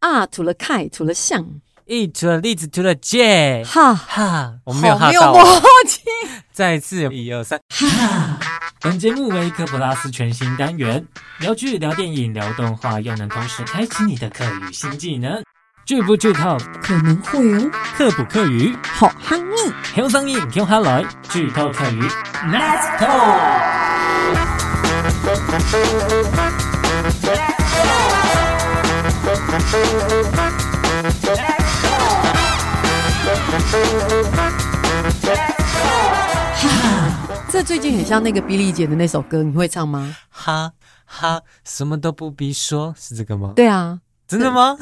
大 to the kai to the 象，一 to the 例子 to the j，哈，哈，嗯我们没有好哈没有到默哦，契。再一次，一二三，哈。 本节目为科普拉斯全新单元，聊剧、聊电影、聊动画，又能同时开启你的课语新技能。剧不剧透，可能会哦，课不课语，好哈密。听声音听哈来，剧透课语，Let's go。这最近很像那个比利姐的那首歌，你会唱吗？哈哈，什么都不必说，是这个吗？，对啊，真的吗？哦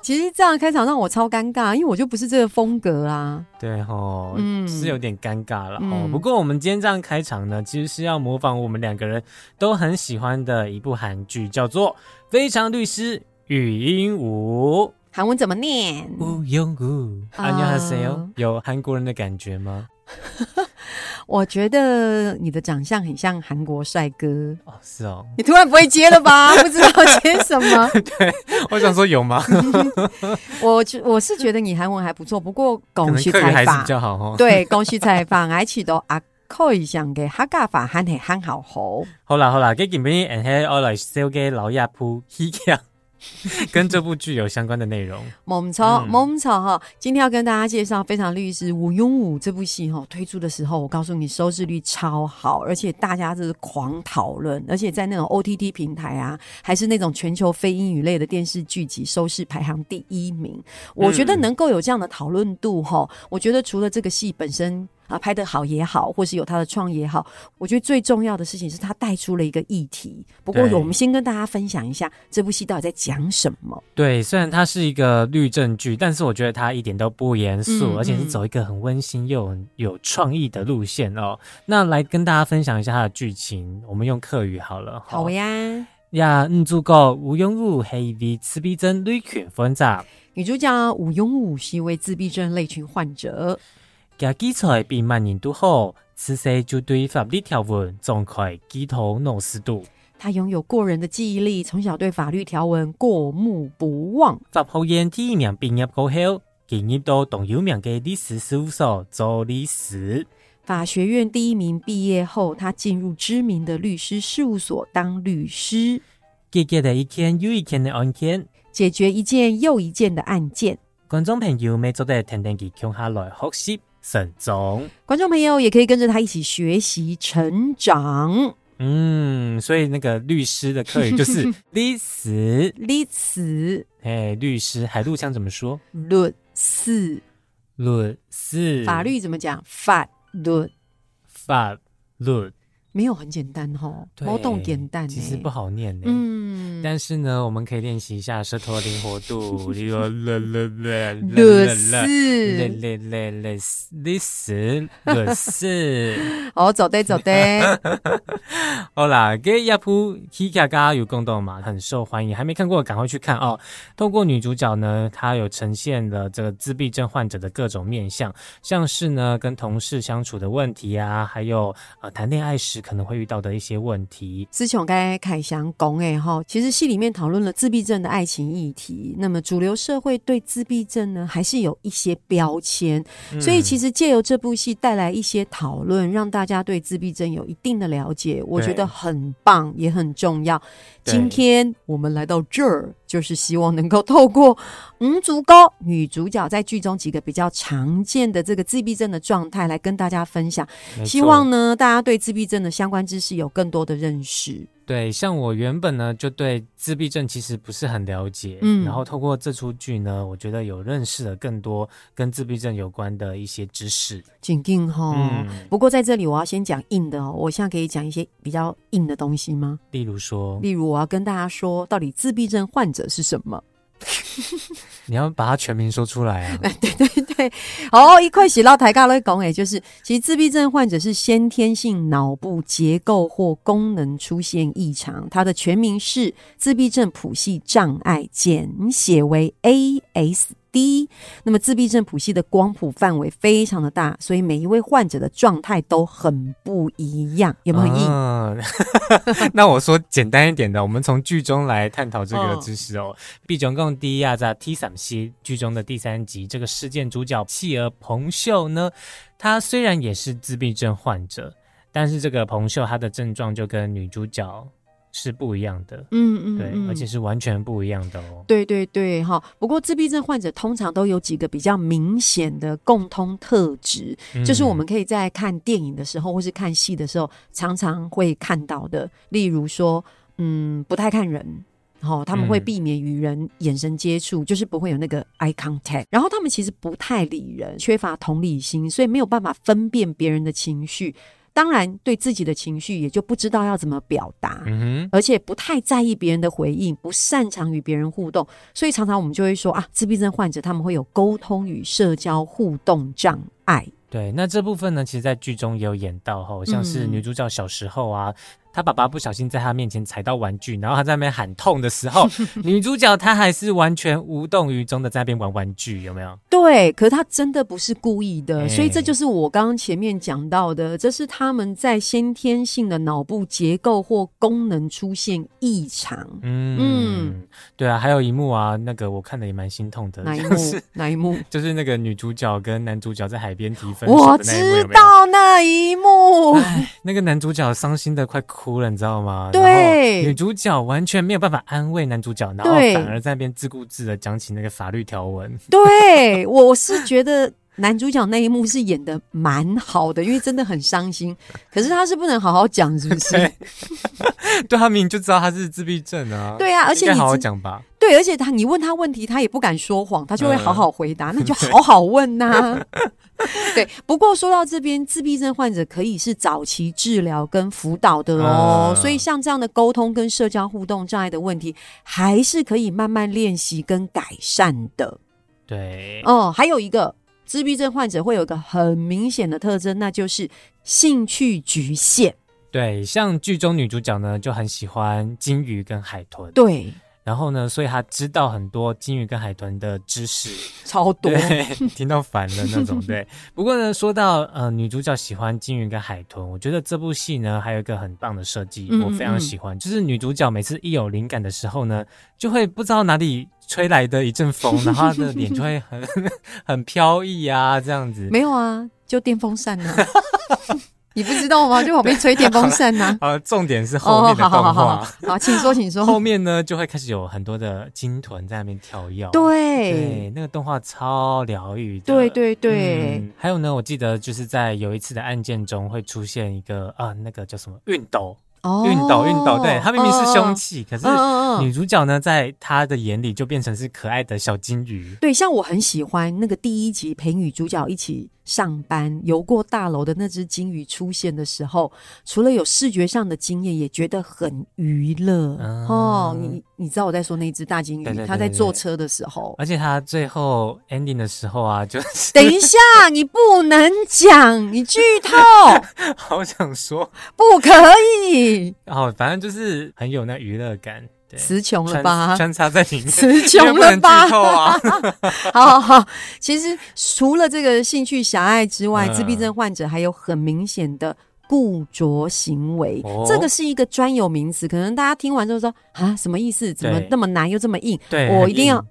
其实这样的开场让我超尴尬，因为我就不是这个风格啊。对吼，嗯是有点尴尬了、哦。嗯不过我们今天这样开场呢，其实是要模仿我们两个人都很喜欢的一部韩剧，叫做《非常律师语音舞》。韩文怎么念？乌庸呜，嗯啊 안녕하세요，有哦韩国人的感觉吗？我觉得你的长相很像韩国帅哥，哦，是哦，你突然不会接了 吧？不知道接什么。 我想说 有吗？我觉我是觉得你韩文还不错，不过可恭能喜客语还采是访比，较好哦。对，恭喜采访，而且都阿扣一项给哈嘎法喊很喊好吼。好啦好啦，给今天 and here all is still get 老亚扑 he 跟这部剧有相关的内容。猛超嗯猛超哈！今天要跟大家介绍《非常律师吴庸武》这部戏哈，推出的时候，我告诉你收视率超好，而且大家就是狂讨论，而且在那种 OTT 平台啊，还是那种全球非英语类的电视剧集，收视排行第一名。我觉得嗯能够有这样的讨论度哈，我觉得除了这个戏本身。啊，拍得好也好，或是有他的创意也好，我觉得最重要的事情是他带出了一个议题。不过，对我们先跟大家分享一下这部戏到底在讲什么。对，虽然它是一个律政剧，但是我觉得它一点都不严肃，嗯而且是走一个很温馨又很有创意的路线哦。那来跟大家分享一下它的剧情，我们用客语好啊了。好呀。呀，嗯，足够无用物黑 V 赤壁真绿群分杂，女主角武庸武是一位自闭症类群患者，加基础比慢人都好，此时就对法律条文总快鸡头弄死度。她拥有过人的记忆力，从小对法律条文过目不忘。法学院第一名毕业过后，进入到董有名的律师事务所做律师。法学院第一名毕业后，她进入知名的律师事务所当律师，解决了一件又一件的案件。解决一件又一件的案件。观众朋友每周的天天去听下来学习成长。观众朋友也可以跟着她一起学习成长。嗯，所以那个律师的课语就是律师，律师，哎，律师海陆腔怎么说？律师，律师，法律怎么讲？法律法律，没有很简单哦，对毛动简单、欸，其实不好念呢。嗯，但是呢，我们可以练习一下舌头的灵活度。啦啦啦啦律啦啦师。嘞嘞嘞，律师，律师。哦，走的走的，好啦，跟亚普 Kika 刚刚有共动嘛，很受欢迎，还没看过赶快去看哦。透过女主角呢，她有呈现了这个自闭症患者的各种面相，像是呢跟同事相处的问题啊，还有呃谈恋爱时可能会遇到的一些问题。 思琼跟凯翔讲哎哈，其实戏里面讨论了自闭症的爱情议题。那么主流社会对自闭症呢，还是有一些标签，嗯所以其实借由这部戏带来一些讨论，让大家对自闭症有一定的了解，我觉对得很棒，也很重要。对今天我们来到这儿，就是希望能够透过 嗯，足高女主角在剧中几个比较常见的这个自闭症的状态，来跟大家分享。没错希望呢，大家对自闭症的相关知识有更多的认识。对，像我原本呢就对自闭症其实不是很了解，嗯然后透过这出剧呢，我觉得有认识了更多跟自闭症有关的一些知识。紧定哈。嗯，不过在这里，我要先讲硬的哦。我现在可以讲一些比较硬的东西吗？例如说，例如，我要跟大家说，到底自闭症患者是什么？你要把它全名说出来啊。哦，一块洗到台咖来讲，哎，就是其实自闭症患者是先天性脑部结构或功能出现异常，它的全名是自闭症谱系障碍，简写为 ASD。低。那么自闭症谱系的光谱范围非常的大，所以每一位患者的状态都很不一样，有没有很硬？嗯 那我说简单一点的，我们从剧中来探讨这个知识哦。毕总共第一亚啊在 T 三期剧中的第三集，这个事件主角弃儿彭秀呢，他虽然也是自闭症患者，但是这个彭秀他的症状就跟女主角是不一样的，嗯嗯对，而且是完全不一样的哦。对对对，哈。不过自闭症患者通常都有几个比较明显的共通特质，嗯就是我们可以在看电影的时候，或是看戏的时候，常常会看到的。例如说，嗯，不太看人，哦，他们会嗯避免与人眼神接触，就是不会有那个 eye contact。然后他们其实不太理人，缺乏同理心，所以没有办法分辨别人的情绪。当然，对自己的情绪也就不知道要怎么表达。嗯而且不太在意别人的回应，不擅长与别人互动，所以常常我们就会说啊，自闭症患者他们会有沟通与社交互动障碍。哼，对，那这部分呢，其实在剧中也有演到吼，像是嗯女主角小时候啊。她爸爸不小心在她面前踩到玩具，然后她在那边喊痛 的时候，女主角她还是完全无动于衷的在那边玩玩具，有没有？对，可是他真的不是故意的，哎所以这就是我刚刚前面讲到的，这是他们在先天性的脑部结构或功能出现异 常。嗯，对啊，还有一幕啊，那个我看的也蛮心痛的，哪一幕就？呃是哪一幕？就是那个女主角跟男主角在海边提 分手我的知那一幕有没有道那一幕。那个男主角伤心的快哭了，你知道吗？对然后女主角完全没有办法安慰男主角，然后对反而在那边自顾自的讲起那个法律条文。对我我是觉得男主角那一幕是演的蛮好的，因为真的很伤心。可是他是不能好好讲，是不是？ 对 对，啊他明明就知道他是自闭症啊。对啊，而且应该你好好知讲吧。对，而且他你问他问题，他也不敢说谎，他就会嗯好好回答，那你就好好问呐、 对，不过说到这边，自闭症患者可以是早期治疗跟辅导的哦，嗯所以像这样的沟通跟社交互动障碍的问题，还是可以慢慢练习跟改善的。对，哦，还有一个自闭症患者会有一个很明显的特征，那就是兴趣局限。对，像剧中女主角呢就很喜欢金鱼跟海豚，对，然后呢，所以她知道很多金鱼跟海豚的知识。超多。对，听到烦了 那种。对，不过呢，说到呃女主角喜欢金鱼跟海豚，我觉得这部戏呢还有一个很棒的设计嗯，我非常喜欢，就是女主角每次一有灵感的时候呢，就会不知道哪里吹来的一 阵风，然后她的脸就会很 很飘逸啊，这样子。没有啊，就电风扇呐、 你不知道吗？就旁边吹电风扇呐、呃，重点是后面的动好哦好画，好好，好，请说，请后说。面呢就会开始有很多的鲸豚在那边跳跃。对对，那个动画超疗愈的。对对对，嗯还有呢，我记得就是在有一次的案件中会出现一个啊，那个叫什么熨斗，哦，熨斗，熨斗，对，它明明是凶器，器，可是嗯嗯嗯。女主角呢，在她的眼里就变成是可爱的小金鱼。对，像我很喜欢那个第一集陪女主角一起上班游过大楼的那只金鱼出现的时候，除了有视觉上的经验，也觉得很娱乐、嗯哦。你你知道我在说那只大金鱼，对对对它在对坐对车的时候。而且她最后 ending 的时候啊，就是等一下，你不能讲，你剧透， 好想说，不可以，哦，反正就是很有那娱乐感，对，词穷了穿 吧？穿插在里面，词因为穷不了能吧？剧透啊，好 好好，其实除了这个兴趣狭隘之外，嗯自闭症患者还有很明显的。固着行为，哦这个是一个专有名词，可能大家听完之后说啊，什么意思？怎么对那么难又这么硬？对，我很一定硬要，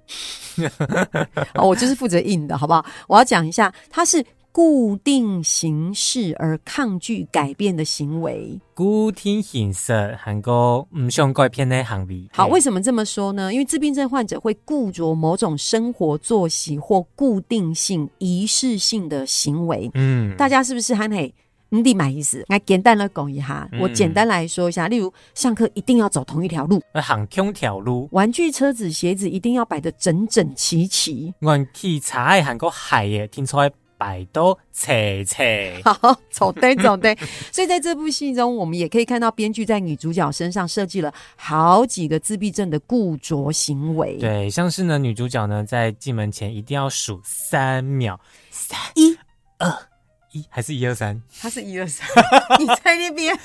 哦我就是负责硬的，好不好？我要讲一下，它是固定形式而抗拒改变的行为。古天形色，韩国唔像怪片的行为。好，嘿为什么这么说呢？因为自闭症患者会固着某种生活作息或固定性、仪式性的行为，嗯大家是不是喊嘿？你得买意思，来简单的讲一下。嗯我简单来说一下，例如上课一定要走同一条路，行空条路，玩具、车子、鞋子一定要摆得整整齐齐。 我去查的韩国海的，听出来百度切切。好，走对走 对。所以在这部戏中，我们也可以看到编剧在女主角身上设计了好几个自闭症的固着行为。，对，像是呢，女主角呢在进门前一定要数三秒，三一、二、一还是一二三？他是一二 三，你在那边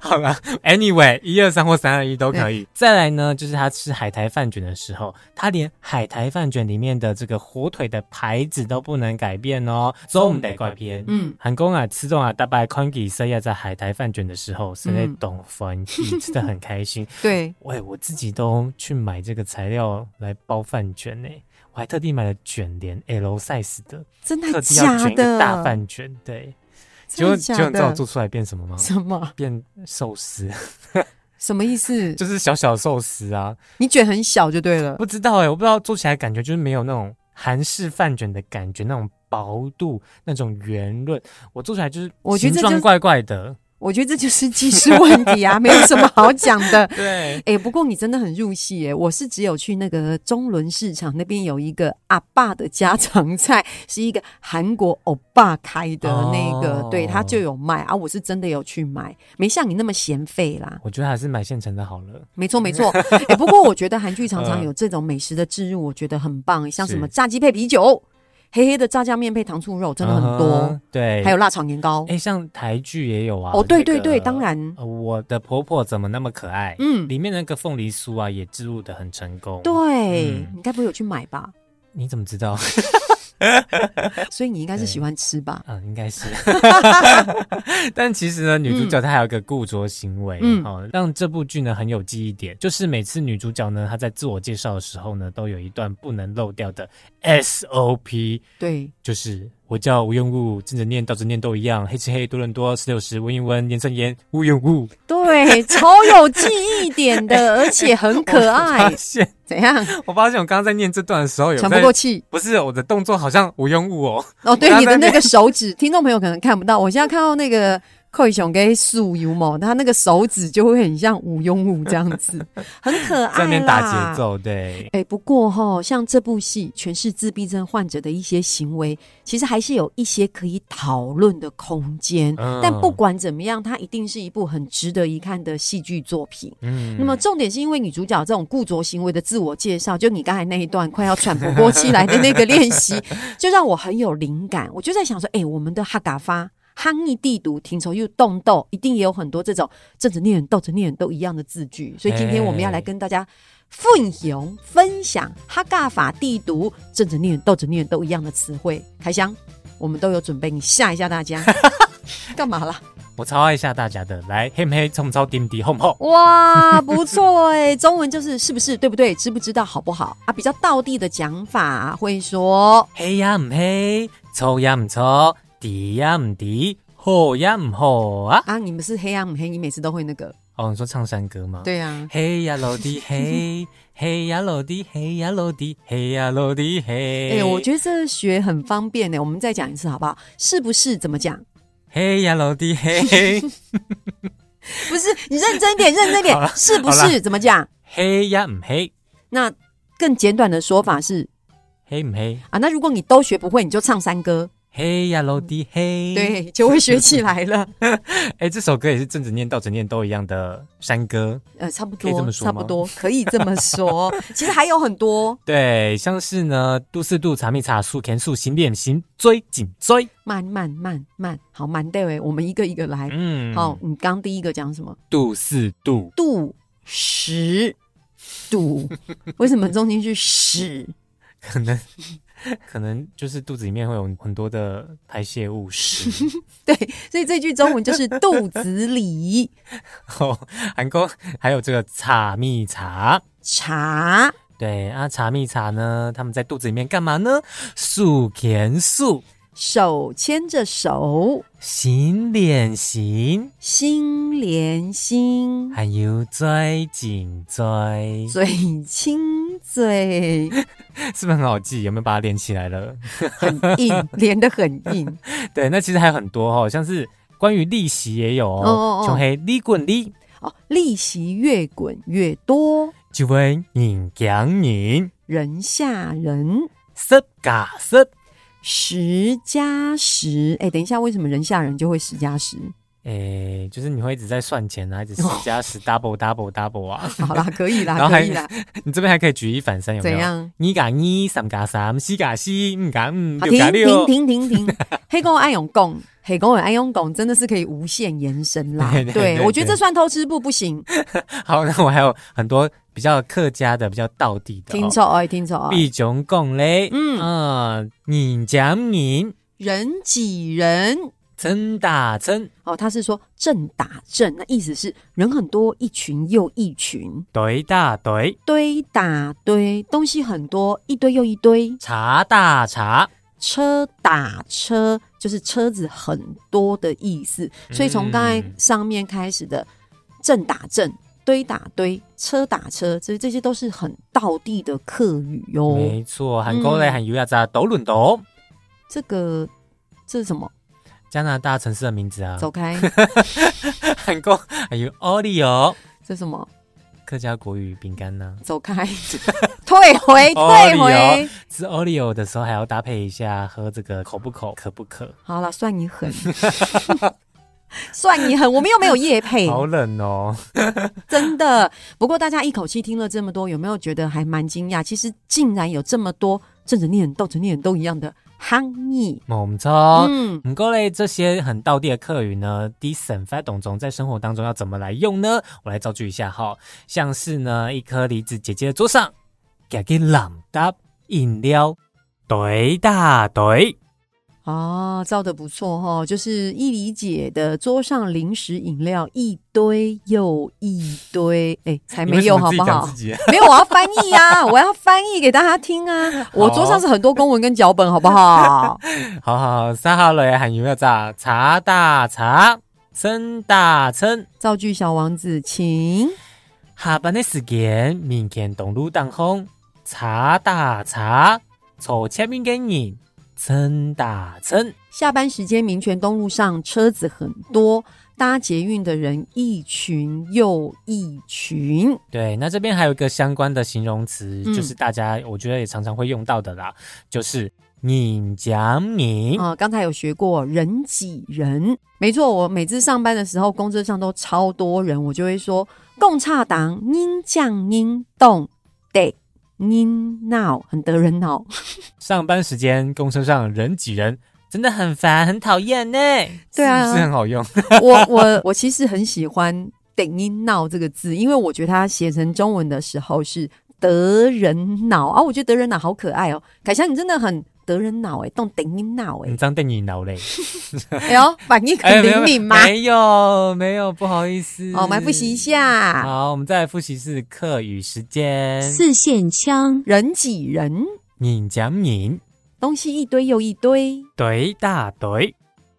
好啦 a n y w a y 一二三或三二一都可以。再来呢，就是他吃海苔饭卷的时候，他连海苔饭卷里面的这个火腿的牌子都不能改变哦，总得改变。嗯，韩公啊，吃中啊，大白宽给塞亚在海苔饭卷的时候，实在懂 翻译，吃的很开心。对，喂，我自己都去买这个材料来包饭卷呢、我还特地买了卷帘 L size 的，真的特地要假卷一个的？大饭卷。对，结真的果结假果你知道我的？做出来变什么吗？什么变寿司。什么意思？就是小小寿司啊，你卷很小就对了。不知道哎、我不知道做起来感觉就是没有那种韩式饭卷的感觉，那种薄度、那种圆润，我做起来就是我觉得形这状就是怪怪的。我觉得这就是技术问题 啊，没有什么好讲的。对，哎、不过你真的很入戏耶！我是只有去那个中伦市场那边有一个阿爸的家常菜，是一个韩国欧巴开的那个，哦对他就有卖啊。我是真的有去买，没像你那么嫌费啦。我觉得还是买现成的好了。没错，没错。 哎、不过我觉得韩剧常常有嗯这种美食的置入，我觉得很棒，像什么炸鸡配啤酒，黑黑的炸酱面配糖醋肉，真的很嗯多哼，对，还有辣炒年糕哎、。像台剧也有啊。哦，对那对个对，当。然，呃，我的婆婆怎么那么可爱？嗯，里面那个凤梨酥啊，也植入的很成功。，对，啊嗯你该不会有去买 吧？你怎么知道？所以你应该是对喜欢吃吧？嗯，应 该是。但其实呢，女主角她还有一个固着行为，嗯哦，让这部剧呢很有记忆点，就是每次女主角呢她在自我介绍的时候呢，都有一段不能漏掉的 SOP，对，就是我叫吴用物，正着念、倒着念都一样，黑吃黑，多伦多，十六十，闻一闻，盐生盐，吴用物，对， 超有记忆点的，而且很可 我爱发。现，怎样？我发现我刚刚在念这段的时候有喘在不过气不是我的动作好像吴用物哦，哦？对我，刚你的才那个手指，听众朋友可能看不到。我现在看到那个寇熊跟素油某，他那个手指就会很像舞庸舞这样 子，很可爱。在那边打节。奏，对，哎、不过哈、像这部戏诠释自闭症患者的一些行为，其实还是有一些可以讨论的空间。嗯但不管怎么样，它一定是一部很值得一看的戏剧作品。嗯那么重点是因为女主角这种固着行为的自我介绍，就你刚才那一段快要喘不过气来的那个练习，就让我很有灵感。我就在想说，哎、我们的哈嘎发。 汉译地读、停愁又动斗，一定也有很多这种正着念、斗着念都一样的字句。所以今天我们要来跟大家分享分享哈嘎法地读、正着念、斗着念都一样的词汇。开箱，我们都有准备，你吓一吓大家，干嘛啦？我超爱吓大家的，来嘿嘿，冲超顶底，轰轰。哇，不错哎，中文就是是不是对不对，知不知道好不好啊？比较道地的讲法啊会说，黑呀唔黑，臭呀唔臭，低呀唔低，好呀唔好啊。啊，你们是黑啊母黑，你每次都会那个，哦，你说唱山歌吗？。对啊，嘿呀落地嘿，嘿呀落地嘿呀落地嘿呀落地嘿。哎、我觉得这学很方便欸呢，我们再讲一次好不好？是不是怎么讲？嘿呀落地嘿， 不是，你认真一点，认真一好啦点，是不好是怎么讲？嘿呀唔黑，那更简短的说法是黑唔黑，啊，那如果你都学不会，你就唱山歌，嘿呀落地嘿。。对，就会学起来了。哎，这首歌也是正着念、倒着念都一样的山歌。 呃，差不可以这么多，说差吗不多，可以这么说。 其实还有很多，对，像是呢，都市度查密查素田素心恋心追紧追。慢慢慢慢，好慢对喂，我们一个一个来。嗯，好，你刚第一个讲什么？度四度，度十度，为什么中间是屎？可能 可能就是肚子里面会有很多的排泄物屎。 对，所以这句中文就是肚子里哦，韩国还有这个茶蜜茶。茶。对啊，茶蜜茶呢，他们在肚子里面干嘛呢？素田素，手牵着手，行脸行，心连心，还有追紧追，嘴亲嘴，是不是很好记？有没有把它连起来了？很硬，连得很硬。对，那其实还有很多哦，像是关于利息也有哦哦哦哦，穷黑利滚利，哦，利息越滚越多，就为你讲你，人吓人。十嘎十。十加十，哎，等一下，为什么人吓人就会十加 十？诶、就是你会一直在算钱啊，一直十哦加十 double double double 啊，好啦，可以然啦，后可还以啦，你这边还可以举一反三，有没怎有？样？一加一，三加三，四加四，五加五，好，六加停六 停。停停停，黑公爱用共，黑公伟爱用拱真的是可以无限延伸啦。对对对对我觉得这算偷吃步不行。好，那我还有很多比较客家的、比较道地的、哦听。错哎，听错哎，必囧共嘞，嗯嗯啊，你讲你人挤人真打真，哦，他是说正打正，那意思是人很多，一群又一群，对大对，堆打堆，东西很多，一堆又一堆。茶大茶，车打车就是车子很多的意思，所以从刚才嗯上面开始的正打正、堆打堆、车打车，这这些都是很道地的客语哟、没错，韩国嘞哦嗯韩油亚扎斗伦斗，这个这是什么？加拿大城市的名字啊，走 开！韩国还有奥利哦，这是什么？客家国语饼干呢，走开！ 退回，退哦理回！吃奥利哦的时候还要搭配一下喝这个口不口渴不渴，好了，算你狠， 算你狠！我们又没有叶配，好冷哦，嗯真的。不过大家一口气听了这么多，有没有觉得还蛮惊讶？其实竟然有这么多正着念、倒着念都一样的夯译。猛冲。嗯，不过嘞，这些很道地的客语呢，低省发懂中在生活当中要怎么来用呢？我来造句一下哈，像是呢一颗梨子姐姐的桌上，给给朗达饮料，对大对，哦，造的不错哈、哦，就是一理姐的桌上零食饮料一堆又一堆，哎，才没有好不好？己 没有，我要翻译啊，我要翻译给大家听啊。我桌上是很多公文跟脚本，好不好？好好好，三号嘞喊有没有炸？茶大茶，称大称。造句小王子，请。下班的时间，明天东路当风，茶大茶，坐前面给你，称大称。下班时间，民权东路上车子很多，搭捷运的人一群又一群。对，那这边还有一个相关的形容词，嗯就是大家我觉得也常常会用到的啦，就是“你讲你啊、刚才有学过人挤人，没错，我每次上班的时候，公车上都超多人，我就会说“共差党宁降宁动得宁闹”，很得人恼。”，上班时间公车上人挤人，真的很烦，很讨厌呢。对啊是不是很好用？我我我其实很喜欢“顶音闹”这个字，因为我觉得它写成中文的时候是“得人脑”啊，我觉得“得人脑”好可爱哦。凯翔，你真的很得人脑哎、动顶音脑你哎、这样对你 脑嘞？哎呦，反应很灵敏嘛。嗯没有没有，不好意思。哦，我们来复习一。下，好，我们再来复习是课语时间。四线腔。人挤人，你讲你东西一堆又一堆，对大对，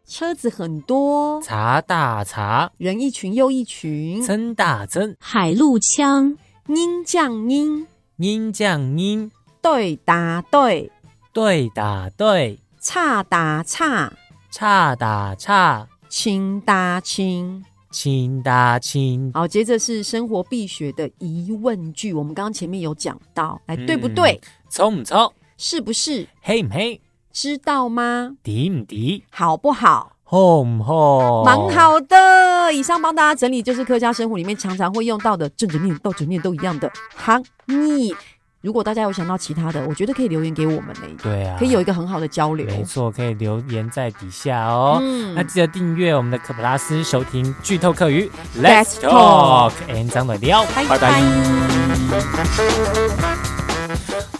车子很多，茶大茶，人一群又一群，真大真，海陆腔、音降音，音讲音，对答对，对打对。差答差，差打差，清答清。亲打亲。好，接着是生活必学的疑问句，我们刚刚前面有讲到，来嗯对不对？冲不冲？是不是？嘿唔嘿？知道吗？敌唔敌？好不好？好唔好？蛮。好的。以上帮大家整理就是客家生活里面常常会用到的正着念、倒着念都一样的行你如果大家有想到其他的，我觉得可以留言给我们呢、对啊，可以有一个很好的交流。没错，可以留言在底下哦。那嗯，记得订阅我们的科普拉斯，收听剧透课余 Let's and 张伟撩，拜拜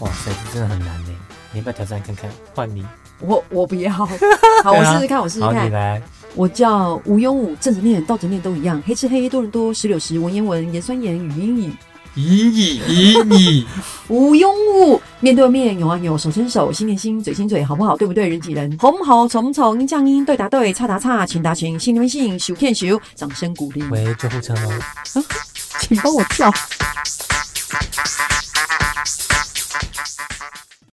哇塞，这真的很难呢，你要不要挑战看看？换你，我我不 要，好，我试试看，我试试好，看你。来。我叫吴庸武，正着念、倒着念都一样，黑吃黑，多伦多，石榴石，文言文，盐酸盐，语音语。咦咦咦！吴庸武，面对面，有啊有，手牵手，心连心，嘴亲嘴，好不好？对不对？人挤人，红红重重，音降音，对答对，差答差，情答情，心连心，手骗手，掌声鼓励。喂，救护车吗？请帮我叫。